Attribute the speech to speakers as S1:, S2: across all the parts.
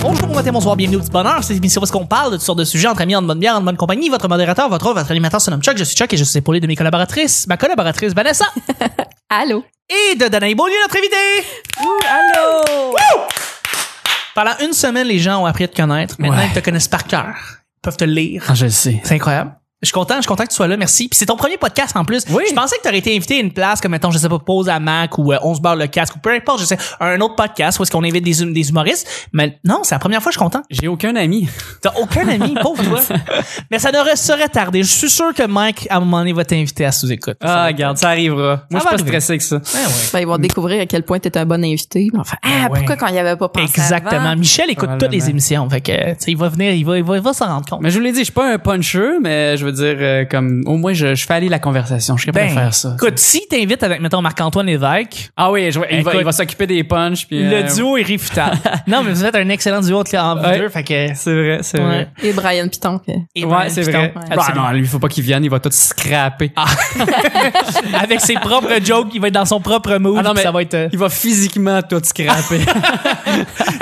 S1: bonsoir, bienvenue au petit bonheur. C'est l'émission où est-ce qu'on parle de toutes sortes de sujets entre amis, en bonne bière, en bonne compagnie. Votre modérateur, votre hôte, votre animateur se nomme Chuck. Je suis Chuck et je suis épaulé de mes collaboratrices, ma collaboratrice Vanessa
S2: Allô?
S1: et de Danaï Beaulieu, notre invité.
S2: allô?
S1: Pendant une semaine, les gens ont appris à te connaître. Maintenant,
S3: Ouais.
S1: ils te connaissent par cœur. Ils peuvent te lire.
S3: Ah, je le sais.
S1: C'est incroyable. Je suis content, je suis content que tu sois là, merci. Puis c'est ton premier podcast en plus.
S3: Oui.
S1: Je pensais que tu aurais été invité à une place comme mettons, je sais pas, pause à Mac ou euh, on se barre le casque ou peu importe, je sais, un autre podcast où est-ce qu'on invite des, hum- des humoristes. Mais non, c'est la première fois, je suis content.
S3: J'ai aucun ami.
S1: T'as aucun ami, pauvre toi. Mais ça ne re- serait tardé. Je suis sûr que Mike, à un moment donné, va t'inviter à sous-écoute.
S3: Ah, regarde, ça arrivera. Moi,
S1: Ça
S3: je suis
S1: va
S3: pas stressé avec ça.
S1: Ouais, ouais.
S2: Ben, ils vont découvrir à quel point t'es un bon invité. Enfin, ah,
S1: Ben ouais.
S2: pourquoi quand il n'y avait pas pensé
S1: Exactement.
S2: avant?
S1: Michel écoute toutes les
S3: Probablement.
S1: émissions. Fait que, euh, tu sais, il va venir, il va, il va, il va s'en rendre compte.
S3: Mais je vous l'ai dit, je suis pas un puncher, mais je veux dire, euh, comme, au moins, je, je fais aller la conversation. Je suis capable de faire ça.
S1: Ben, écoute, si t'invites avec, mettons, Marc-Antoine Lévesque,
S3: Ah oui, je vois- il, va,
S1: Écoute.
S3: il va s'occuper des punches. Puis, euh,
S1: le duo est réfutable. non, mais vous êtes un excellent duo entre les en vous
S3: Ouais.
S1: deux. Fait que,
S3: C'est vrai, c'est vrai.
S2: Et Brian Piton. que-
S1: Et
S3: Ouais,
S1: Brian
S3: c'est
S1: Piton.
S3: vrai.
S1: Ouais.
S3: Absolument. Lui, il faut pas qu'il vienne, il va tout scraper. Ah,
S1: Brian, Avec ses propres jokes, il va être dans son propre mood.
S3: Ah non,
S1: puis
S3: mais-
S1: ça va être. euh,
S3: il va physiquement tout scraper.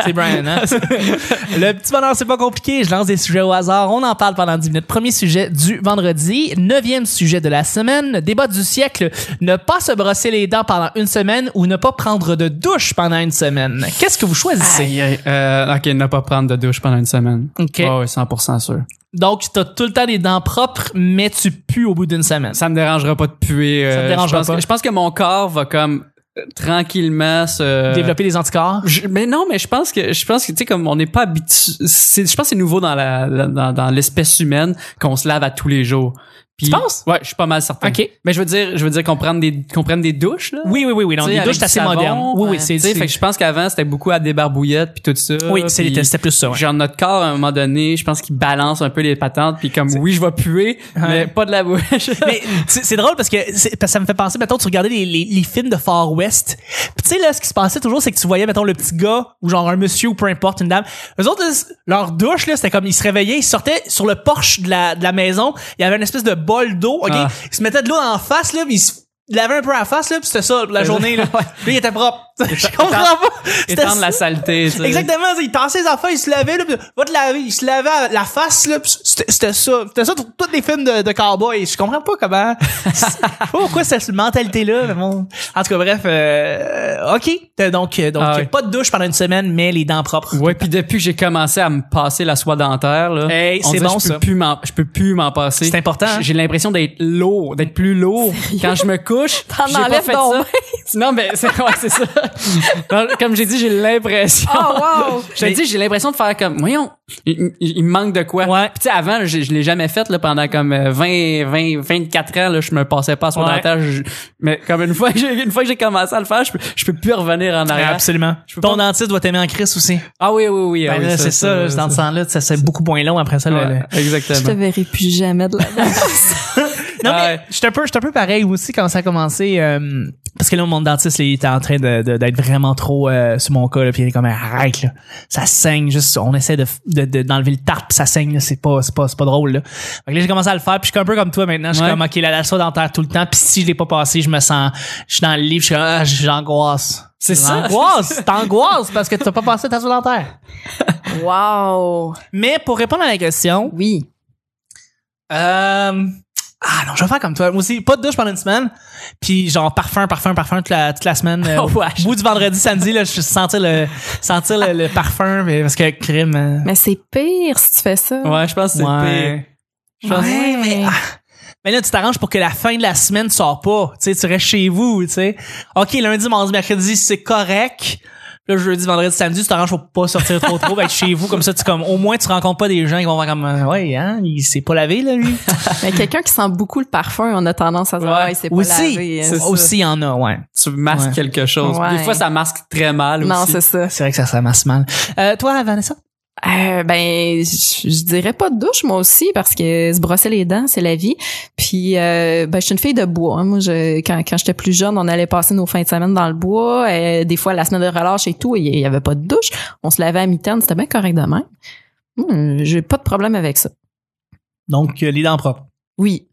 S1: C'est Brian, hein? Le petit bonheur, c'est pas compliqué. Je lance des sujets au hasard. On en parle pendant 10 minutes. Premier sujet du vendredi. Neuvième sujet de la semaine. Débat du siècle. Ne pas se brosser les dents pendant une semaine ou ne pas prendre de douche pendant une semaine. Qu'est-ce que vous choisissez?
S3: Aïe, aïe. Euh, ok, ne pas prendre de douche pendant une semaine.
S1: Ah,
S3: Ah
S1: Ok.
S3: Ouais, ouais, 100% sûr.
S1: Donc, t'as tout le temps les dents propres, mais tu pues au bout d'une semaine.
S3: Ça me dérangera pas de puer.
S1: Ça te
S3: euh,
S1: dérangera
S3: je pense
S1: pas.
S3: Que, je pense que mon corps va comme euh, tranquillement se
S1: Développer des anticorps.
S3: Je- mais non, mais je pense que je pense que tu sais comme on n'est pas habitué. c'est- Je pense que c'est nouveau dans la, la- dans, dans l'espèce humaine qu'on se lave à tous les jours. Puis,
S1: Tu penses?
S3: Ouais, je suis pas mal certain.
S1: Ok.
S3: Mais je veux dire, je veux dire qu'on prenne des qu'on prenne des douches là.
S1: Oui, oui, oui, oui. Non,
S3: Tu sais,
S1: les
S3: avec
S1: douches, c'est
S3: du
S1: assez
S3: savon,
S1: moderne. Oui, oui,
S3: ouais.
S1: c'est
S3: Tu sais, fait que je pense qu'avant c'était beaucoup à des barbouillettes puis tout ça.
S1: Oui, c'est
S3: puis-
S1: c'était plus ça. ouais.
S3: Genre notre corps à un moment donné, je pense qu'il balance un peu les patentes puis comme oui je vais puer
S1: Ouais.
S3: mais pas de la bouche.
S1: Mais c'est c'est drôle parce que, c'est- parce que ça me fait penser, mettons, tu regardais les, les, les films de Far West. Puis tu sais, là, ce qui se passait toujours, c'est que tu voyais, mettons, le petit gars ou genre un monsieur ou peu importe, une dame. Eux autres, là, leur douche, là, c'était comme, ils se réveillaient, ils sortaient sur le porche de la, de la maison. Il y avait une espèce de bol d'eau, OK?
S3: Ah.
S1: Ils se mettaient de l'eau en face, là, puis ils se lavaient un peu en face, là, puis c'était ça, la journée, là. Puis ils étaient propres. Je comprends pas. C'était
S3: étendre la saleté. tu sais.
S1: Exactement, tu sais, il tassait les affaires, il se lavait, là, pis va te laver, il se lavait à la face, là, pis c'était c'était ça. C'était ça pour tous les films de, de cowboys. Je comprends pas comment. Je sais pas pourquoi cette mentalité-là, mais bon. En tout cas, bref, euh, OK. T'as Donc, euh, donc
S3: Ah ouais.
S1: pas de douche pendant une semaine, mais les dents propres.
S3: Ouais, puis depuis que j'ai commencé à me passer la soie dentaire là,
S1: Hey,
S3: on
S1: c'est
S3: dirait
S1: bon,
S3: que je
S1: ça.
S3: peux plus m'en je peux plus m'en passer.
S1: C'est important, hein?
S3: J'ai l'impression d'être lourd, d'être plus lourd quand je me couche.
S2: T'en
S3: j'ai pas
S2: enlèves
S3: fait
S2: donc
S3: ça. Non mais c'est ouais, c'est ça. Non, Comme j'ai dit, j'ai l'impression.
S1: Ah
S2: Oh, wow!
S3: Je te dis, j'ai l'impression de faire comme, voyons, il, il- il me manque de quoi.
S1: Ouais.
S3: Puis tu sais, avant, je, je l'ai jamais fait là, pendant comme euh, 20, 20, 24 ans, là, je me passais pas à soie
S1: Ouais.
S3: dentaire. Je- mais comme une fois que j'ai une fois que j'ai commencé à le faire, je peux, je peux plus revenir en
S1: Ah,
S3: arrière.
S1: Absolument.
S3: Je peux
S1: Ton
S3: pas-
S1: dentiste doit t'aimer en crise aussi.
S3: Ah oui, oui, oui. ah
S1: Ben
S3: oui,
S1: là, c'est ça, dans ce sens-là, ça c'est beaucoup moins long après ça. là,
S3: Ouais,
S1: le-
S2: Je te
S3: Exactement.
S2: verrai plus jamais de la
S1: Non,
S3: Ah
S1: mais
S3: ouais.
S1: j'étais un peu, j'étais un peu pareil aussi quand ça a commencé, euh, parce que là, mon dentiste, là, il était en train de, de- d'être vraiment trop, euh, sur mon cas, là, puis il est comme, arrête, là. Ça saigne, juste, on essaie de, de, de- d'enlever le tartre, puis ça saigne, là, c'est pas, c'est pas, c'est pas drôle, là. Fait que là, j'ai commencé à le faire, puis je suis un peu comme toi maintenant, je suis
S3: Ouais.
S1: comme, ok, la, la soie dentaire tout le temps, puis si je l'ai pas passé, je me sens, je suis dans le livre, je suis comme, ah, j'angoisse.
S3: C'est ça.
S1: J'angoisse, t'angoisses parce que t'as pas passé ta soie dentaire.
S2: Wow!
S1: Mais pour répondre à la question,
S2: Oui.
S1: euh... Ah non, je vais faire comme toi. Moi aussi, pas de douche pendant une semaine. Puis genre parfum, parfum, parfum toute la, toute la semaine. euh,
S3: Oh, wesh.
S1: Au bout du vendredi, samedi, là, je sentais le, sentir le, le parfum, mais parce que crime. euh,
S2: Mais c'est pire si tu fais ça.
S3: Ouais, je pense que c'est le pire.
S1: ouais.
S3: Je pense-
S1: Ouais, mais, ah. mais là, tu t'arranges pour que la fin de la semaine tu sors pas. Tu sais, tu restes chez vous, tu sais. OK, lundi, mardi, mercredi, c'est correct. Là, jeudi, vendredi, samedi, tu t'arranges pour pas sortir trop trop, être chez vous. Comme ça, tu comme, au moins, tu rencontres pas des gens qui vont faire comme, euh, ouais, hein, il s'est pas lavé, là, lui.
S2: Mais quelqu'un qui sent beaucoup le parfum, on a tendance à se dire,
S3: Ouais.
S2: ah, il s'est pas
S1: Aussi,
S2: lavé.
S3: c'est ça.
S1: aussi, il y en a, ouais.
S3: Tu masques
S1: Ouais.
S3: quelque chose.
S2: Ouais.
S3: Des fois, ça masque très mal
S2: Non,
S3: aussi.
S2: c'est ça.
S1: C'est vrai que ça, ça masse mal. Euh, toi, Vanessa?
S2: Euh, ben, je je dirais pas de douche moi aussi parce que se brosser les dents, c'est la vie. Puis, euh, ben, je suis une fille de bois. hein. Moi, je, quand, quand j'étais plus jeune, on allait passer nos fins de semaine dans le bois. euh, des fois, la semaine de relâche et tout, il y avait pas de douche. On se lavait à mi-temps, c'était bien correct de même. Hum, J'ai pas de problème avec ça.
S1: Donc, euh, les dents propres.
S2: Oui,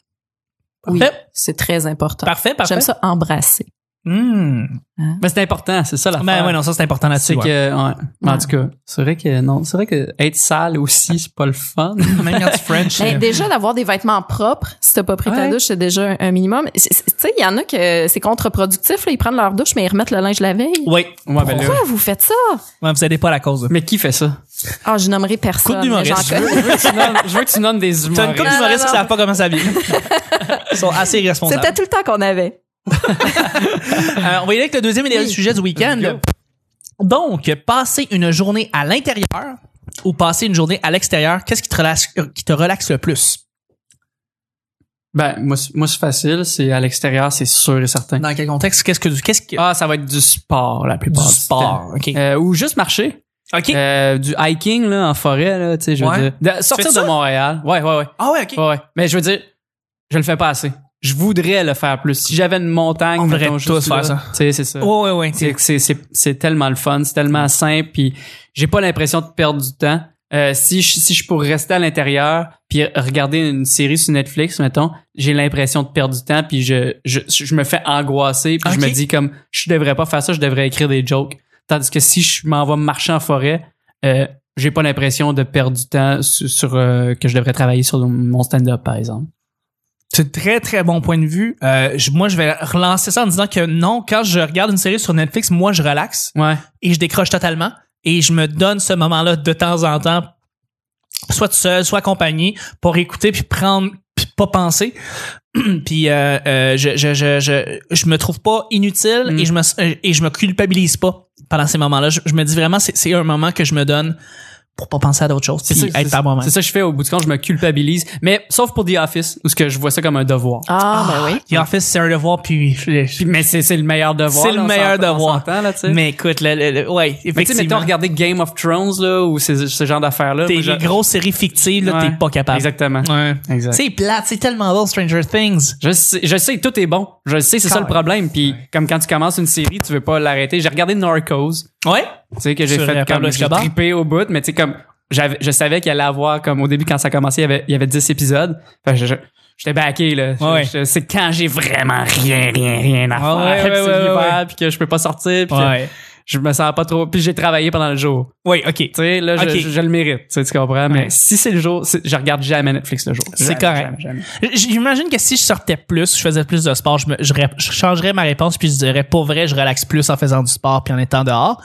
S2: Oui.
S1: Parfait.
S2: c'est très important.
S1: Parfait, parfait.
S2: J'aime ça embrasser.
S1: Hmm.
S2: Hein?
S3: Mais c'est important, c'est ça la
S1: Ben ouais, non, ça c'est important là-dessus.
S3: c'est
S1: ouais.
S3: que, ouais. Mais En
S2: Ouais.
S3: tout cas, c'est vrai que, non, c'est vrai que être sale aussi, c'est pas le fun.
S1: Même quand tu French.
S2: Ben,
S1: euh,
S2: déjà d'avoir des vêtements propres, si t'as pas pris ta
S3: Ouais.
S2: douche, c'est déjà un, un minimum. C'est- c'est- Tu sais, il y en a que c'est contre-productif, là, ils prennent leur douche mais ils remettent le linge la veille.
S1: Eh Oui.
S3: Ouais, ben là.
S2: Pourquoi vous faites ça
S1: Ouais, vous aidez pas à la cause.
S3: Mais qui fait ça?
S2: Ah, je nommerai personne.
S1: Coupe d'humoriste,
S2: mais j'en
S1: je
S2: connais.
S3: Je veux que tu nommes, je veux que tu nommes des
S1: T'as une couple
S2: Non, non,
S3: humoristes.
S1: d'humoristes qui
S2: non.
S1: savent pas comment s'habiller. Ils sont assez irresponsables.
S2: C'était tout le temps qu'on avait.
S1: Euh, on va y aller avec le deuxième et dernier
S3: Oui.
S1: sujet du week-end.
S3: Let's go.
S1: Donc, passer une journée à l'intérieur ou passer une journée à l'extérieur, qu'est-ce qui te relaxe, euh, qui te relaxe le plus?
S3: Ben, moi, c'est- moi, c'est facile. C'est à l'extérieur, c'est sûr et certain.
S1: Dans quel contexte? Qu'est-ce que, qu'est-ce que,
S3: Ah, ça va être du sport, la
S1: du
S3: plupart du temps.
S1: sport, ok.
S3: Euh, ou juste marcher.
S1: ok.
S3: Euh, du hiking, là, en forêt, là, tu sais, je veux
S1: Ouais.
S3: dire. De- sortir
S1: fais ça?
S3: de Montréal. Ouais, ouais, ouais.
S1: ah ouais, ok.
S3: Ouais, ouais. Mais je veux dire, je le fais pas assez. Je voudrais le faire plus. Si j'avais une montagne,
S1: On devrait
S3: mettons, juste
S1: tous faire
S3: là,
S1: ça.
S3: Tu sais, c'est ça.
S1: Ouais, ouais, ouais.
S3: C'est- c'est- C'est c'est tellement le fun, c'est tellement simple, puis j'ai pas l'impression de perdre du temps. Euh, si, je, si je pourrais rester à l'intérieur puis regarder une série sur Netflix, mettons, j'ai l'impression de perdre du temps puis je, je, je me fais angoisser puis
S1: Ok.
S3: je me dis comme je devrais pas faire ça, je devrais écrire des jokes. Tandis que si je m'en vais marcher en forêt, euh, j'ai pas l'impression de perdre du temps su- sur, euh, que je devrais travailler sur mon stand-up par exemple.
S1: C'est un très très bon point de vue. Euh, je- moi, je vais relancer ça en disant que non, quand je regarde une série sur Netflix, moi, je relaxe
S3: Ouais.
S1: et je décroche totalement et je me donne ce moment-là de temps en temps, soit tout seul, soit accompagné, pour écouter puis prendre puis pas penser. puis euh, euh, je, je, je, je, je me trouve pas inutile
S3: Mm.
S1: et je me euh, et je me culpabilise pas pendant ces moments-là. Je, je me dis vraiment c'est c'est un moment que je me donne pour pas penser à d'autres choses
S3: C'est
S1: puis
S3: ça-
S1: être par moi-même.
S3: c'est ça que je fais au bout du compte, je me culpabilise, mais sauf pour The Office où ce que je vois ça comme un devoir.
S2: Ah, ben oui.
S1: The Office, c'est un devoir puis
S3: Puis, mais c'est, c'est le meilleur devoir.
S1: C'est le
S3: là, on
S1: meilleur
S3: s'entend- on
S1: devoir.
S3: s'entend, là, tu sais.
S1: Mais écoute, le, le- le- ouais,
S3: Mais tu sais, mettons,
S1: effectivement.
S3: regarder Game of Thrones, là, ou ces- ce genre d'affaires-là.
S1: T'es
S3: moi, je-
S1: les grosses séries fictives, là,
S3: Ouais.
S1: t'es pas capable.
S3: Exactement.
S1: Ouais.
S3: Exact.
S1: C'est plate, c'est tellement beau, Stranger Things.
S3: Je sais, je sais, tout est bon. Je sais, c'est ça le
S1: Carré.
S3: problème. Puis, comme quand tu commences une série, tu veux pas l'arrêter. J'ai regardé Narcos,
S1: Ouais?
S3: tu sais, que j'ai
S1: Sur, euh,
S3: fait
S1: Pablo
S3: comme, j'ai
S1: Escobar.
S3: trippé au bout, mais tu sais, comme, j'avais, je savais qu'il allait avoir, comme, au début, quand ça commençait, il y avait, il y avait 10 épisodes. Fait que je- je- j'étais backé, là. Je-
S1: Ouais. Ah
S3: je- c'est quand j'ai vraiment rien, rien, rien à faire.
S1: Ouais, ouais,
S3: puis c'est
S1: ouais,
S3: l'hiver, puis que je peux pas sortir, puis que
S1: Ouais.
S3: je me sens pas trop. Puis j'ai travaillé pendant le jour.
S1: Oui, ok.
S3: Tu sais, là, je-
S1: Ok.
S3: je, je le mérite. Tu sais, tu comprends?
S1: Ouais.
S3: Mais si c'est le jour, c'est- je regarde jamais Netflix le jour.
S1: C'est
S3: Jamais,
S1: correct.
S3: jamais, jamais.
S1: J- J'imagine que si je sortais plus, je faisais plus de sport, je, me- je, ré- je changerais ma réponse puis je dirais pour vrai, je relaxe plus en faisant du sport puis en étant dehors.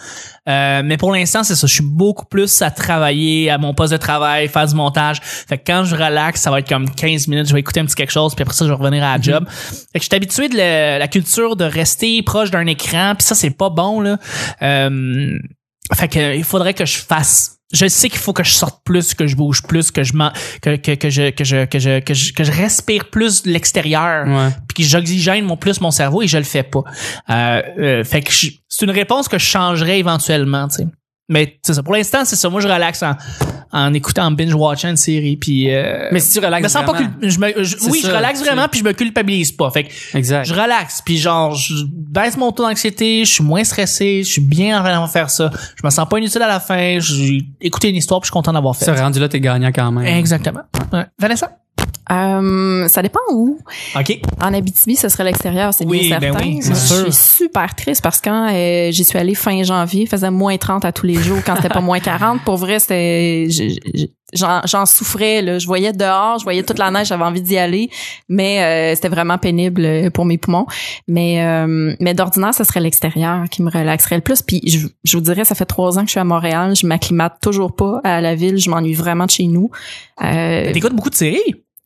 S1: Euh, mais pour l'instant, c'est ça. Je suis beaucoup plus à travailler à mon poste de travail, faire du montage. Fait que quand je relaxe, ça va être comme 15 minutes, je vais écouter un petit quelque chose puis après ça, je vais revenir à la job. Fait que je suis habitué de la, la culture de rester proche d'un écran puis ça, c'est pas bon, là. Euh, fait que euh, il faudrait que je fasse. Je sais qu'il faut que je sorte plus, que je bouge plus, que je m'en- que, que, que je que je que je que je que je respire plus de l'extérieur,
S3: Ouais.
S1: puis que j'oxygène mon plus mon cerveau et je le fais pas. Euh, euh, fait que je- c'est une réponse que je changerais éventuellement, tu sais. Mais c'est ça. Pour l'instant, c'est ça. Moi, je relaxe en, en écoutant, en binge watchant une série, puis. euh,
S3: Mais si tu
S1: je
S3: relaxes.
S1: me sens pas
S3: vraiment-
S1: cul- je me- je-
S3: C'est
S1: oui, je
S3: ça,
S1: relaxe
S3: c'est-
S1: vraiment, puis je me culpabilise pas. Fait que
S3: Exact.
S1: je relaxe, puis genre, je baisse mon taux d'anxiété, je suis moins stressé, je suis bien en train de faire ça. Je me sens pas inutile à la fin, j'ai écouté une histoire, puis je suis content d'avoir fait.
S3: Ce rendu-là, t'es gagnant quand même.
S1: Exactement. Ouais. Vanessa?
S2: Euh, ça dépend où.
S1: OK.
S2: En Abitibi, ce serait l'extérieur, c'est
S1: Oui,
S2: bien
S1: ben
S2: certain.
S1: oui,
S2: Je
S1: c'est sûr.
S2: suis super triste parce que quand euh, j'y suis allée fin janvier, il faisait moins 30 à tous les jours. Quand c'était pas moins 40, pour vrai, c'était je- je- j'en j'en souffrais. Là. Je voyais dehors, je voyais toute la neige, j'avais envie d'y aller, mais euh, c'était vraiment pénible euh, pour mes poumons. Mais euh, mais d'ordinaire, ce serait l'extérieur qui me relaxerait le plus. Puis je, je vous dirais, ça fait trois ans que je suis à Montréal, je m'acclimate toujours pas à la ville, je m'ennuie vraiment de chez nous. Euh,
S1: T'écoutes beaucoup de séries?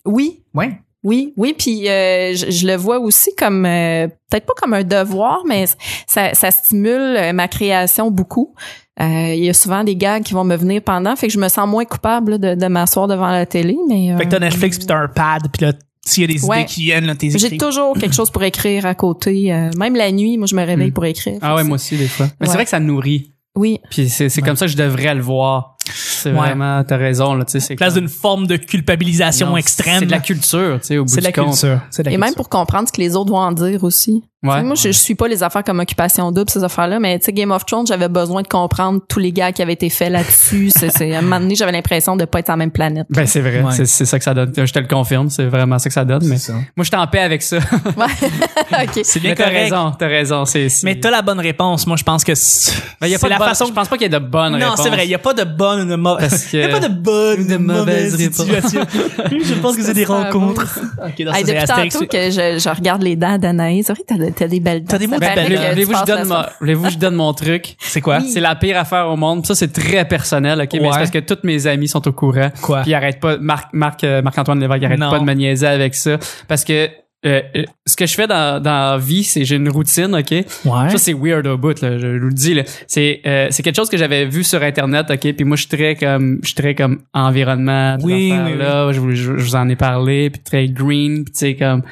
S2: oui,
S1: Ouais.
S2: oui, oui, puis euh, je, je le vois aussi comme euh, peut-être pas comme un devoir, mais ça, ça stimule euh, ma création beaucoup. Euh, Il y a souvent des gags qui vont me venir pendant, fait que je me sens moins coupable là, de, de m'asseoir devant la télé, mais euh,
S1: Fait que t'as Netflix, puis t'as un pad, puis là, s'il y a des
S2: Ouais.
S1: idées qui viennent, là, t'es
S2: j'ai toujours quelque chose pour écrire à côté. euh, même la nuit, moi je me
S1: Hmm.
S2: réveille
S3: Mm.
S1: Ah
S2: pour écrire.
S3: Ah ouais, moi aussi, des fois.
S2: Ouais.
S3: Mais c'est vrai que ça nourrit.
S2: Oui,
S3: Puis c'est c'est
S1: Ouais.
S3: comme ça que je devrais le voir. C'est
S1: Ouais.
S3: vraiment, t'as raison, là, tu sais, c'est
S1: place d'une forme de culpabilisation
S3: Non,
S1: extrême.
S3: C'est de la culture, tu sais, au bout
S1: C'est de
S3: du
S1: la
S3: compte.
S1: culture. C'est de la
S2: Et même
S1: culture.
S2: pour comprendre ce que les autres vont en dire aussi. Tu sais,
S3: Ouais.
S2: Moi, je, je suis pas les affaires comme Occupation Double, ces affaires-là, mais tu sais, Game of Thrones, j'avais besoin de comprendre tous les gars qui avaient été faits là-dessus. c'est, c'est- à un moment donné, j'avais l'impression de pas être sur la même planète.
S3: Ben, c'est vrai.
S1: Ouais.
S3: C'est, c'est ça que ça donne. Je te le confirme. C'est vraiment ça que ça donne. Mais
S4: ça.
S3: moi, je suis en paix avec ça.
S2: Ouais. OK.
S1: C'est bien
S3: Mais t'as
S1: correct.
S3: raison. T'as raison. C'est, c'est-
S1: Mais t'as la bonne réponse. Moi, je pense que c'est
S3: Ben, y a
S1: c'est
S3: pas de
S1: la
S3: bonne-
S1: façon.
S3: Je pense pas qu'il y ait de bonne
S1: non,
S3: réponse.
S1: c'est vrai. Il n'y a pas de bonne ou de mauvaise.
S3: Parce
S1: Il
S3: que-
S1: n'y a pas de bonne ou de
S3: de mauvaise
S1: mauvaise
S3: réponse.
S1: situation. je pense que c'est des
S2: Ça, ça
S1: rencontres. Ok, dans
S2: Hey, depuis tantôt que je, je regarde les dents d'Anaïs, c'est vrai que t'as, t'as des belles dents.
S1: T'as des
S2: Ça
S1: mots de
S2: paraît
S1: belle
S2: que
S1: dent.
S2: tu
S3: Voulez-vous que je
S2: passes la
S3: donne mon, voulez-vous que je donne mon truc?
S1: C'est quoi?
S3: C'est la pire affaire au monde. Ça, c'est très personnel, ok?
S1: Ouais.
S3: Mais c'est parce que tous mes amis sont au courant.
S1: Quoi?
S3: Puis ils arrêtent pas, Marc, Marc, euh, Marc-Antoine Lévesque arrête
S1: Non.
S3: pas de me niaiser avec ça. Parce que, euh, euh, ce que je fais dans, dans la vie, c'est j'ai une routine, ok?
S1: Ouais.
S3: Ça, c'est weird au bout, là, je vous le dis. là. C'est euh, c'est quelque chose que j'avais vu sur Internet, OK? Puis moi, je suis très comme, je suis très comme environnement,
S1: Oui,
S3: oui,
S1: oui,
S3: là, je, vous, je- je vous en ai parlé, puis très green, puis tu sais, comme...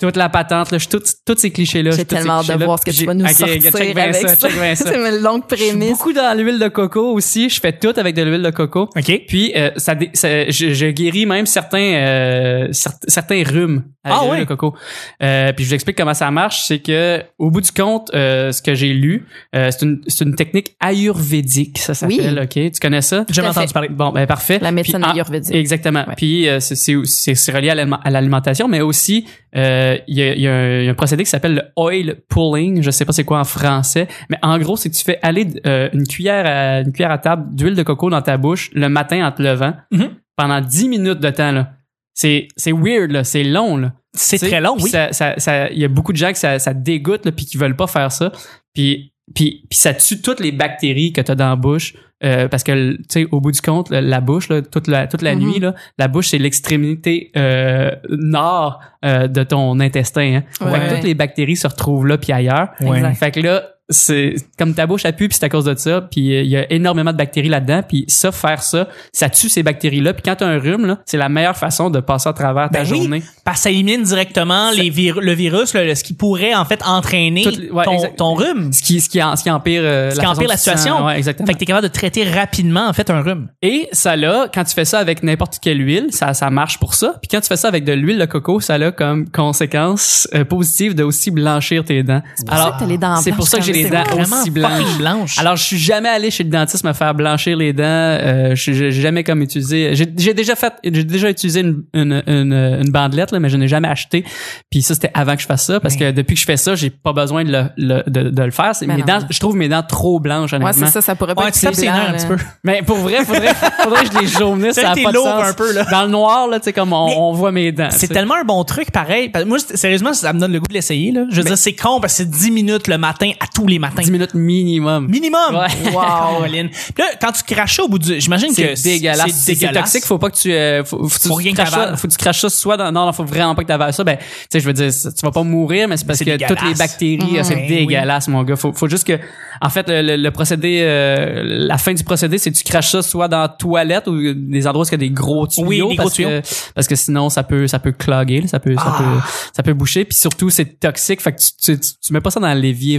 S3: Toute la patente, là, je suis tout- tous ces clichés-là.
S2: J'ai
S3: je suis tous ces
S2: tellement hâte de
S3: clichés-là.
S2: voir ce que tu
S3: J'ai-
S2: vas nous
S3: ok,
S2: sortir
S3: check bien
S2: avec ça.
S3: check bien ça.
S2: C'est une longue
S3: Je suis
S2: prémisse.
S3: beaucoup dans l'huile de coco aussi. Je fais tout avec de l'huile de coco.
S1: OK.
S3: Puis euh, ça, dé- ça- je, je guéris même certains euh, cer- certains rhumes avec
S1: Ah
S3: l'huile
S1: ouais?
S3: de coco. Euh, puis je vous explique comment ça marche, c'est que au bout du compte, euh, ce que j'ai lu, euh, c'est une c'est une technique ayurvédique, ça
S2: Oui.
S3: s'appelle. Ok, tu connais ça
S1: J'ai jamais
S2: à fait.
S1: entendu parler.
S3: Bon, ben parfait.
S2: La médecine
S3: Puis, ah,
S2: ayurvédique.
S3: Exactement.
S2: Ouais.
S3: Puis euh, c'est- c'est c'est- c'est relié à l'aliment- à l'alimentation, mais aussi euh, il y, a, il y a un, il y a un procédé qui s'appelle le oil pulling. Je sais pas c'est quoi en français, mais en gros c'est que tu fais aller euh, une cuillère à, une cuillère à table d'huile de coco dans ta bouche le matin en te levant
S1: Mhm.
S3: pendant 10 minutes de temps là. C'est c'est weird là, c'est long là.
S1: C'est
S3: Tu sais,
S1: très long,
S3: puis
S1: oui.
S3: ça- ça- ça- Il y a beaucoup de gens que ça, ça dégoûte, là, puis qui veulent pas faire ça. Puis, puis, puis ça tue toutes les bactéries que tu as dans la bouche. euh, parce que, tu sais, au bout du compte, la- la bouche, là, toute la, toute la
S2: Mhm.
S3: nuit, là, la bouche, c'est l'extrémité euh, nord euh, de ton intestin. hein.
S2: Ouais,
S3: Fait que
S2: ouais.
S3: toutes les bactéries se retrouvent là, puis ailleurs.
S2: Exact.
S3: Fait que là, c'est comme ta bouche a pu, puis c'est à cause de ça, puis euh, il y a énormément de bactéries là-dedans, puis ça, faire ça, ça tue ces bactéries-là. Puis quand t'as un rhume, là, c'est la meilleure façon de passer à travers ta
S1: Ben oui.
S3: journée.
S1: Parce que ça élimine directement les vir- le virus, le- le- ce qui pourrait en fait entraîner
S3: Tout- ouais,
S1: ton,
S3: exact.
S1: ton rhume.
S3: ce qui ce qui en- ce qui empire euh,
S1: Ce qui empire la
S3: façon dont tu te
S1: situation.
S3: sens. Ouais, exactement.
S1: Fait que t'es capable de traiter rapidement en fait un rhume.
S3: et ça là quand tu fais ça avec n'importe quelle huile ça ça marche pour ça puis quand tu fais ça avec de l'huile de coco ça a comme conséquence euh, positive de aussi blanchir tes dents
S2: ça que t'as les dents
S3: c'est pour
S2: blanches
S3: ça que j'ai
S2: comme
S3: les
S2: ça.
S3: dents
S2: C'est
S3: aussi
S1: Vraiment
S3: blanches
S1: fucking blanche.
S3: alors je suis jamais allé chez le dentiste me faire blanchir les dents euh, je- j'ai jamais comme utilisé j'ai j'ai déjà fait j'ai déjà utilisé une une, une, une bandelette là, mais je n'ai jamais acheté puis ça c'était avant que je fasse ça parce
S1: Mais-
S3: que depuis que je fais ça j'ai pas besoin de le, le- de, de le faire C'est-
S2: Ben
S3: mes
S2: non.
S3: dents je trouve mes dents trop blanches
S2: Ouais,
S3: honnêtement
S2: c'est ça, ça pourrait pas
S1: Ouais,
S2: être
S1: tu tapes
S2: plus
S1: ses
S2: blanc,
S1: nerfs un
S2: là.
S1: petit peu.
S3: Mais pour vrai, faudrait, faudrait que je les jaunisse,
S1: Ça a
S3: ça a
S1: été
S3: pas de
S1: lourd
S3: sens.
S1: un peu, là.
S3: Dans le noir, là, tu sais, comme on,
S1: Mais
S3: on voit mes dents.
S1: C'est
S3: tu sais.
S1: tellement un bon truc, pareil. Parce- Moi, c'est- sérieusement, ça me donne le goût de l'essayer. Là. Je veux dire, c'est con parce que c'est 10 minutes le matin à tous les matins.
S3: 10 minutes minimum.
S1: Minimum!
S3: Ouais.
S2: Wow.
S1: Caroline. Puis là, quand tu crachais au bout du... J'imagine que
S3: C'est dégueulasse.
S1: C'est dégueulasse.
S3: toxique. Faut pas que tu, euh, faut, faut, que
S1: Faut
S3: tu
S1: rien
S3: craches
S1: que t'avales.
S3: ça, faut que tu craches ça soit dans, non, non, faut vraiment pas que t'avales ça. Ben, tu sais, je veux dire, ça- tu vas pas mourir, mais c'est parce
S1: C'est
S3: que toutes les
S1: dégueulasse.
S3: bactéries, euh, c'est
S1: Ben oui.
S3: dégueulasse, mon gars. Faut, faut juste que, en fait, le, le- le procédé, euh, la fin du procédé, c'est que tu craches ça soit dans la toilette ou des endroits où il y a des gros tuyaux.
S1: Oui, des gros
S3: parce
S1: tuyaux.
S3: Que, parce que sinon, ça peut, ça peut cloguer, là, ça peut, ça
S1: Ah.
S3: peut, ça peut boucher. Puis surtout, c'est toxique. Fait que tu, tu, tu- tu mets pas ça dans l'évier,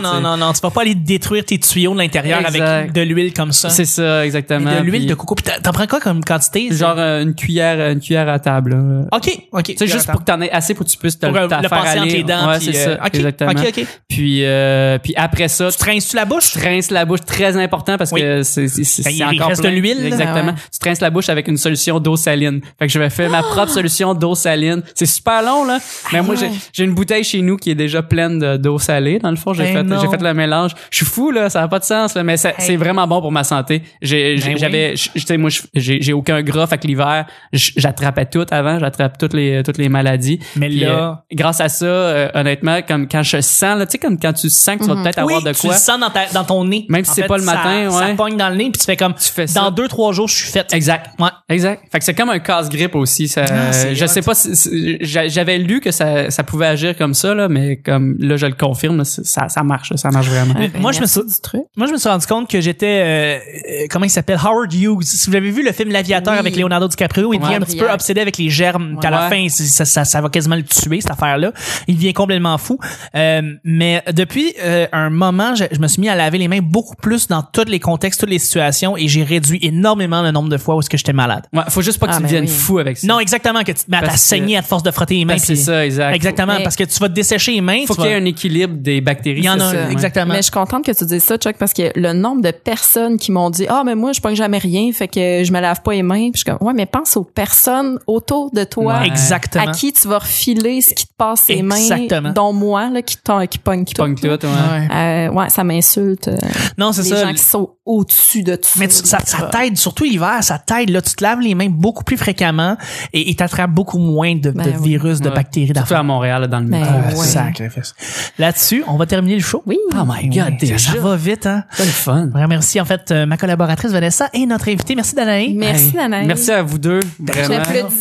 S1: Non,
S3: tu
S1: non,
S3: sais.
S1: non, non. Tu vas pas aller détruire tes tuyaux de l'intérieur
S3: Exact.
S1: avec de l'huile comme ça.
S3: C'est ça,
S1: Et
S3: exactement.
S1: de l'huile
S3: Puis
S1: de coco. Puis t'en- t'en prends quoi comme quantité? c'est-
S3: Genre euh, une cuillère, une cuillère à table. là.
S1: OK, OK.
S3: Tu sais, juste pour que t'en aies assez pour que tu puisses te
S1: Pour, euh,
S3: t'en
S1: le
S3: faire
S1: passer
S3: aller.
S1: entre les dents.
S3: Ouais,
S1: puis,
S3: c'est
S1: euh,
S3: ça,
S1: OK,
S3: exactement.
S1: OK, OK.
S3: Puis, euh, puis après ça,
S1: Tu rinces-tu la bouche?
S3: tu rinces la bouche, très important parce
S1: Oui.
S3: que c'est c'est- c'est-
S1: Ben, il
S3: c'est encore
S1: reste
S3: plein.
S1: de l'huile, là.
S3: Exactement.
S2: Ouais.
S3: Tu te rinces la bouche avec une solution d'eau saline. Fait que je vais
S1: Ah!
S3: faire ma propre solution d'eau saline. C'est super long là, mais moi j'ai- j'ai une bouteille chez nous qui est déjà pleine de- d'eau salée. Dans le fond, j'ai
S1: Ben
S3: fait
S1: non.
S3: j'ai fait le mélange. Je suis fou là, ça a pas de sens là, mais ça- c'est vraiment bon pour ma santé. J'ai-
S1: Ben
S3: j'ai-
S1: oui.
S3: J'avais, je- tu sais, moi je- j'ai j'ai aucun gras, fait que l'hiver j- j'attrapais tout avant, j'attrape toutes les toutes les maladies.
S1: Mais
S3: Puis,
S1: là...
S3: euh, grâce à ça, euh, honnêtement, comme quand je sens, là, tu sais, comme quand tu sens que tu vas peut-être avoir
S1: oui,
S3: de
S1: tu
S3: quoi,
S1: le sens dans, ta- dans ton nez.
S3: Même si
S1: En
S3: c'est
S1: fait,
S3: pas le
S1: ça-
S3: matin,
S1: Ça
S3: ouais.
S1: pogne dans le nez, puis tu fais comme...
S3: tu fais ça.
S1: Dans deux, trois jours, je suis faite.
S3: Exact.
S1: Ouais.
S3: Exact. Fait que c'est comme un casse-grippe aussi. Ça,
S1: Ah, c'est
S3: je
S1: hot.
S3: sais pas si, si- j'a- j'avais lu que ça, ça pouvait agir comme ça, là, mais comme là, je le confirme, là, c'est- ça, ça marche marche, là, ça marche vraiment.
S1: Mais moi, je me
S2: Merci
S1: sou-
S2: du truc.
S1: Moi, je me suis rendu compte que j'étais, euh, euh, comment il s'appelle, Howard Hughes. Si vous avez vu le film L'Aviateur
S2: Oui.
S1: avec Leonardo DiCaprio, il
S3: Ouais.
S1: devient un petit peu
S2: Briac.
S1: obsédé avec les germes. Qu'à la
S3: Ouais.
S1: fin, c'est- ça, ça, ça va quasiment le tuer, cette affaire-là. Il devient complètement fou. Euh, mais depuis euh, un moment, je, je me suis mis à laver les mains beaucoup plus dans tous les contextes, toutes les situations, et j'ai réduit énormément le nombre de fois où est-ce que j'étais malade.
S3: Ouais, faut juste pas que
S2: Ah,
S3: tu
S2: ben
S3: deviennes
S2: oui.
S3: fou avec ça.
S1: Non, exactement, que tu te mets à
S3: Parce
S1: te
S3: que-
S1: saigner à te force de frotter les mains.
S3: Ben, c'est
S1: puis-
S3: ça, exact.
S1: Exactement,
S2: Mais-
S1: parce que tu vas te dessécher les mains.
S3: Faut, faut
S1: tu
S3: qu'il y ait
S1: vas-
S3: un équilibre des bactéries.
S1: Il y en
S3: c'est
S1: a un,
S3: ça, ouais.
S1: exactement.
S2: Mais je suis contente que tu dises ça, Chuck, parce que le nombre de personnes qui m'ont dit, ah, mais moi, je prends jamais rien, fait que je me lave pas les mains. Puis je suis comme, ouais, mais pense aux personnes autour de toi.
S3: Ouais.
S1: Exactement.
S2: À qui tu vas refiler ce qui te passe les mains,
S1: Exactement.
S2: dont moi, là, qui, t'en- qui pogne tout.
S3: Punk tout, ouais.
S1: Ouais.
S2: Euh, ouais, ça m'insulte. euh,
S1: Non, c'est
S2: les
S1: ça.
S2: gens qui sont au-dessus de tout
S1: Mais tu- ça, ça t'aide, surtout l'hiver, ça t'aide. Là, tu te laves les mains beaucoup plus fréquemment et et t'attrapes beaucoup moins de,
S2: Ben
S1: de
S2: oui.
S1: virus, de
S3: Ouais.
S1: bactéries
S3: Surtout
S1: d'affaires.
S3: à Montréal, là, dans le
S1: Ben
S2: Mais
S3: métro.
S2: ouais.
S1: Sacrifice. Là-dessus, on va terminer le show.
S2: Oui.
S1: Oh my God,
S3: Oui,
S1: ça, ça
S3: déjà.
S1: va vite, hein?
S3: C'est pas le fun.
S1: On remercie en fait euh, ma collaboratrice Vanessa et notre invitée. Merci Danaï.
S2: Merci, Danaï.
S3: Merci à vous deux. Vraiment.
S2: J'applaudis.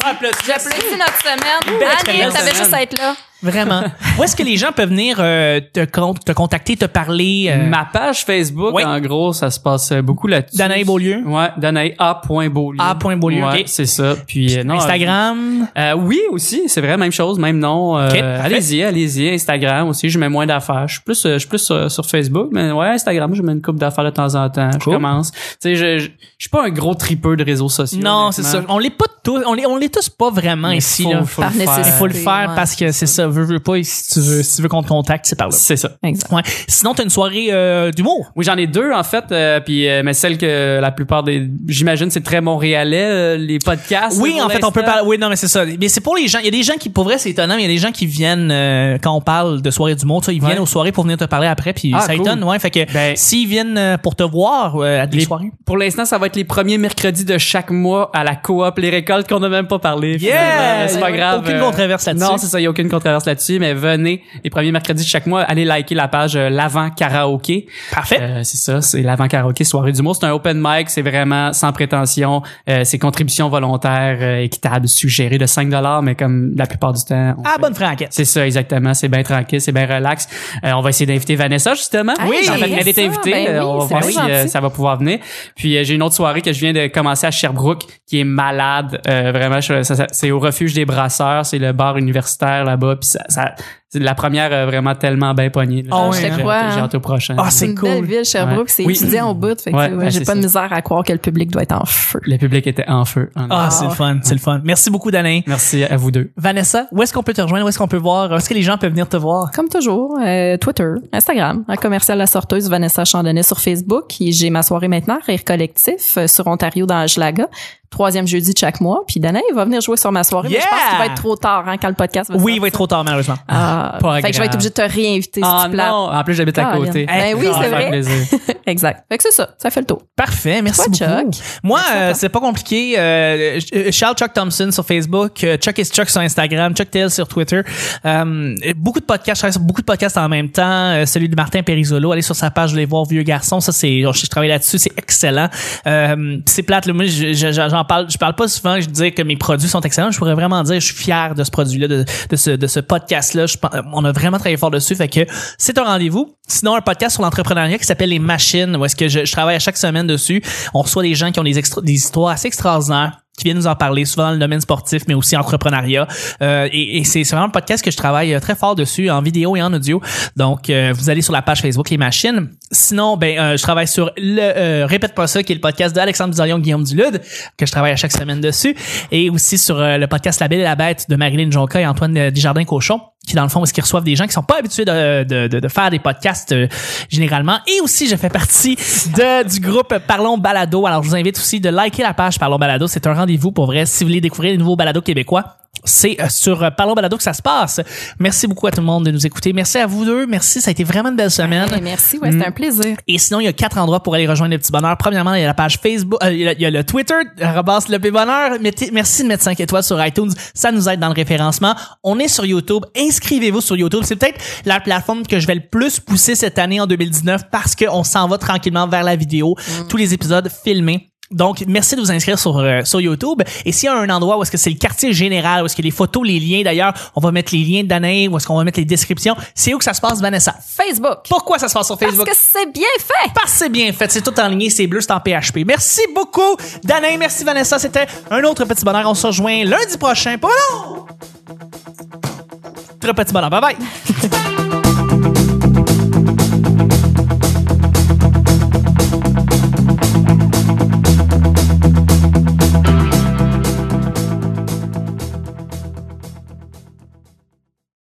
S2: J'applaudis notre semaine.
S1: Belle
S2: Annie,
S1: expérience
S2: t'avais
S1: de
S2: juste
S1: semaine.
S2: à être là.
S1: Vraiment. Où est-ce que les gens peuvent venir euh, te, con- te contacter, te parler? euh,
S3: Ma page Facebook,
S1: Oui.
S3: en gros, ça se passe euh, beaucoup là-dessus.
S1: Danae Beaulieu.
S3: Ouais, Danae A.Beaulieu.
S1: A.Beaulieu,
S3: Ouais,
S1: ok.
S3: c'est ça. Puis, euh, non,
S1: Instagram?
S3: euh, euh, oui, aussi, c'est vrai, même chose, même nom. Euh,
S1: Ok, parfait.
S3: allez-y, allez-y. Instagram aussi, je mets moins d'affaires. Je suis plus, euh, je suis plus sur, sur Facebook, mais ouais, Instagram, je mets une coupe d'affaires de temps en temps.
S1: Cool.
S3: Je commence. Tu sais, je, je, je suis pas un gros tripeux de réseaux sociaux.
S1: Non, c'est ça.
S3: honnêtement.
S1: On l'est pas tous, on l'est, on l'est tous pas vraiment
S3: Mais
S1: ici,
S3: faut-
S1: là.
S3: faut
S2: Par
S3: le faire.
S1: Ah, Il
S2: nécessité.
S1: faut le faire
S2: Ouais.
S1: parce que c'est ça, veux, veux pas, et si tu veux, si tu veux qu'on te contacte, c'est par là.
S3: C'est ça.
S2: Exact.
S1: Ouais. Sinon, t'as une soirée euh, d'humour.
S3: Oui, j'en ai deux en fait, euh, puis euh, mais celle que la plupart des, j'imagine, c'est très montréalais euh, les podcasts.
S1: Oui,
S3: pour
S1: en fait, on peut
S3: l'instant.
S1: parler. Oui, non, mais c'est Ah, ça. Mais c'est pour les gens. Il y a des gens qui, pour vrai, c'est étonnant. mais Il y a des gens qui viennent euh, quand on parle de soirée d'humour, tu sais, ils viennent
S3: Ouais.
S1: aux soirées pour venir te parler après, puis
S3: Ah,
S1: ça
S3: cool.
S1: étonne, ouais. Fait que
S3: Ben-
S1: s'ils viennent euh, pour te voir euh, à des
S3: Les-
S1: soirées.
S3: Pour l'instant, ça va être les premiers mercredis de chaque mois à la coop les récoltes qu'on n'a même pas parlé. finalement, mais c'est pas
S1: Ouais,
S3: grave.
S1: Aucune
S3: euh,
S1: controverse là-dessus.
S3: Non, c'est ça, il n'y a aucune controverse là-dessus, mais venez les premiers mercredis de chaque mois, allez liker la page euh, l'avant karaoké.
S1: Parfait.
S3: Euh, c'est ça, c'est l'avant karaoké soirée d'humour. C'est un open mic, c'est vraiment sans prétention. Euh, c'est contribution volontaire, euh, équitable, suggérée de 5 dollars, mais comme la plupart du temps. on
S1: ah,
S3: fait-
S1: bonne franquette.
S3: C'est ça, exactement. C'est bien tranquille, c'est bien relax. Euh, on va essayer d'inviter Vanessa, justement.
S2: Ah, Oui,
S3: en fait,
S2: j'aimerais
S3: elle est
S2: ça.
S3: invitée.
S2: Ben
S3: Euh,
S2: oui,
S3: on va
S2: c'est
S3: voir
S2: bien
S3: si euh,
S2: gentil.
S3: ça va pouvoir venir. Puis euh, j'ai une autre soirée que je viens de commencer à Sherbrooke, qui est malade. Euh, vraiment, je- ça- ça- c'est au refuge des brasseurs. C'est le bar universitaire là-bas. Puis ça, ça- c'est la première euh, vraiment tellement bien pognée. là.
S1: Ah
S3: J'ai-
S1: ouais,
S3: j'ai-
S1: hein?
S3: J'ai j'ai hâte au prochain.
S1: Ah,
S2: C'est
S1: c'est
S2: une
S1: cool.
S2: belle ville, Sherbrooke.
S3: Ouais.
S2: C'est
S3: Oui.
S2: étudiant au bout. Fait que,
S3: Ouais,
S2: ouais,
S3: ouais,
S2: j'ai
S3: c'est
S2: pas de
S3: ça.
S2: misère à croire que le public doit être en feu.
S3: Le public était en feu. en
S1: Ah,
S3: live.
S1: c'est le fun, c'est le fun. Merci beaucoup, Danaï.
S3: Merci à vous deux.
S1: Vanessa, où est-ce qu'on peut te rejoindre? Où est-ce qu'on peut voir? Où est-ce que les gens peuvent venir te voir?
S2: Comme toujours, euh, Twitter, Instagram, un commercial La Sorteuse, Vanessa Chandonnet sur Facebook. Et j'ai ma soirée maintenant, Rire Collectif, euh, sur Ontario dans Hochelaga, troisième jeudi de chaque mois. Puis Danae va venir jouer sur ma soirée. mais je pense
S1: Yeah!
S2: qu'il va être trop tard hein, quand le podcast va
S1: Oui, il
S2: sortir.
S1: va être trop tard, malheureusement.
S2: Ah,
S3: Pas
S2: fait que je vais
S3: grave.
S2: être obligée de te réinviter si
S3: Ah
S2: tu plates.
S3: non, en plus j'habite à
S2: Ah,
S3: côté.
S2: bien. Ben oui,
S3: Ça va
S2: c'est
S3: faire
S2: vrai.
S3: plaisir.
S2: Exact. Fait que c'est ça, ça fait le tour.
S1: Parfait, merci
S2: Toi,
S1: beaucoup.
S2: Chuck.
S1: Moi,
S2: Merci à
S1: euh,
S2: toi.
S1: c'est pas compliqué. Euh, je- euh, Charles Chuck Thompson sur Facebook, euh, Chuck is Chuck sur Instagram, Chuck Tail sur Twitter. Euh, et beaucoup de podcasts, je travaille sur beaucoup de podcasts en même temps. Euh, celui de Martin Perisolo, allez sur sa page, les voir vieux garçon. Ça, c'est, je, je travaille là-dessus, c'est excellent. Euh, pis c'est plate. Là, moi, je- je- j'en parle, je parle pas souvent. Je dis que mes produits sont excellents. Je pourrais vraiment dire, je suis fier de ce produit-là, de, de ce, de ce podcast-là. Je pense- On a vraiment travaillé fort dessus. Fait que c'est un rendez-vous. Sinon, un podcast sur l'entrepreneuriat qui s'appelle Les Machines, où est-ce que je, je travaille à chaque semaine dessus. On reçoit des gens qui ont des, extra- des histoires assez extraordinaires qui viennent nous en parler, souvent dans le domaine sportif, mais aussi entrepreneuriat. Euh, et et c'est c'est vraiment un podcast que je travaille euh, très fort dessus, en vidéo et en audio. Donc, euh, vous allez sur la page Facebook Les Machines. Sinon, ben, euh, je travaille sur le euh, Répète pas ça, qui est le podcast de Alexandre Bizarion, Guillaume Dulude, que je travaille à chaque semaine dessus. Et aussi sur euh, le podcast La Belle et la Bête de Marilyn Jonca et Antoine euh, Desjardins-Cochon qui dans le fond est-ce qu'ils reçoivent des gens qui sont pas habitués de, de, de, de faire des podcasts euh, généralement et aussi je fais partie de, du groupe Parlons Balado alors je vous invite aussi de liker la page Parlons Balado c'est un rendez-vous pour vrai si vous voulez découvrir les nouveaux balados québécois c'est euh, sur euh, Parlons Balado que ça se passe merci beaucoup à tout le monde de nous écouter merci à vous deux merci ça a été vraiment une belle semaine
S2: Eh, merci, ouais, c'était un plaisir.
S1: et sinon, il y a quatre endroits pour aller rejoindre le petit bonheur. Premièrement, il y a la page Facebook, euh, il, y a, il y a le Twitter, arrobas le petit bonheur. Mettez- merci de mettre 5 étoiles sur iTunes. Ça nous aide dans le référencement. On est sur YouTube. Inscrivez-vous sur YouTube. C'est peut-être la plateforme que je vais le plus pousser cette année en 2019 parce qu'on s'en va tranquillement vers la vidéo. Tous les épisodes filmés Donc, merci de vous inscrire sur, euh, sur YouTube. Et s'il y a un endroit où est-ce que c'est le quartier général, où est-ce que les photos, les liens d'ailleurs, on va mettre les liens d'année, où est-ce qu'on va mettre les descriptions, c'est où que ça se passe, Vanessa?
S2: Facebook.
S1: Pourquoi ça se passe sur Facebook?
S2: Parce que c'est bien fait.
S1: Parce que c'est bien fait, c'est tout en ligne, c'est bleu, c'est en PHP. Merci beaucoup, Danaï, merci Vanessa, c'était un autre petit bonheur. On se rejoint lundi prochain. Pas long! Très petit bonheur, bye bye!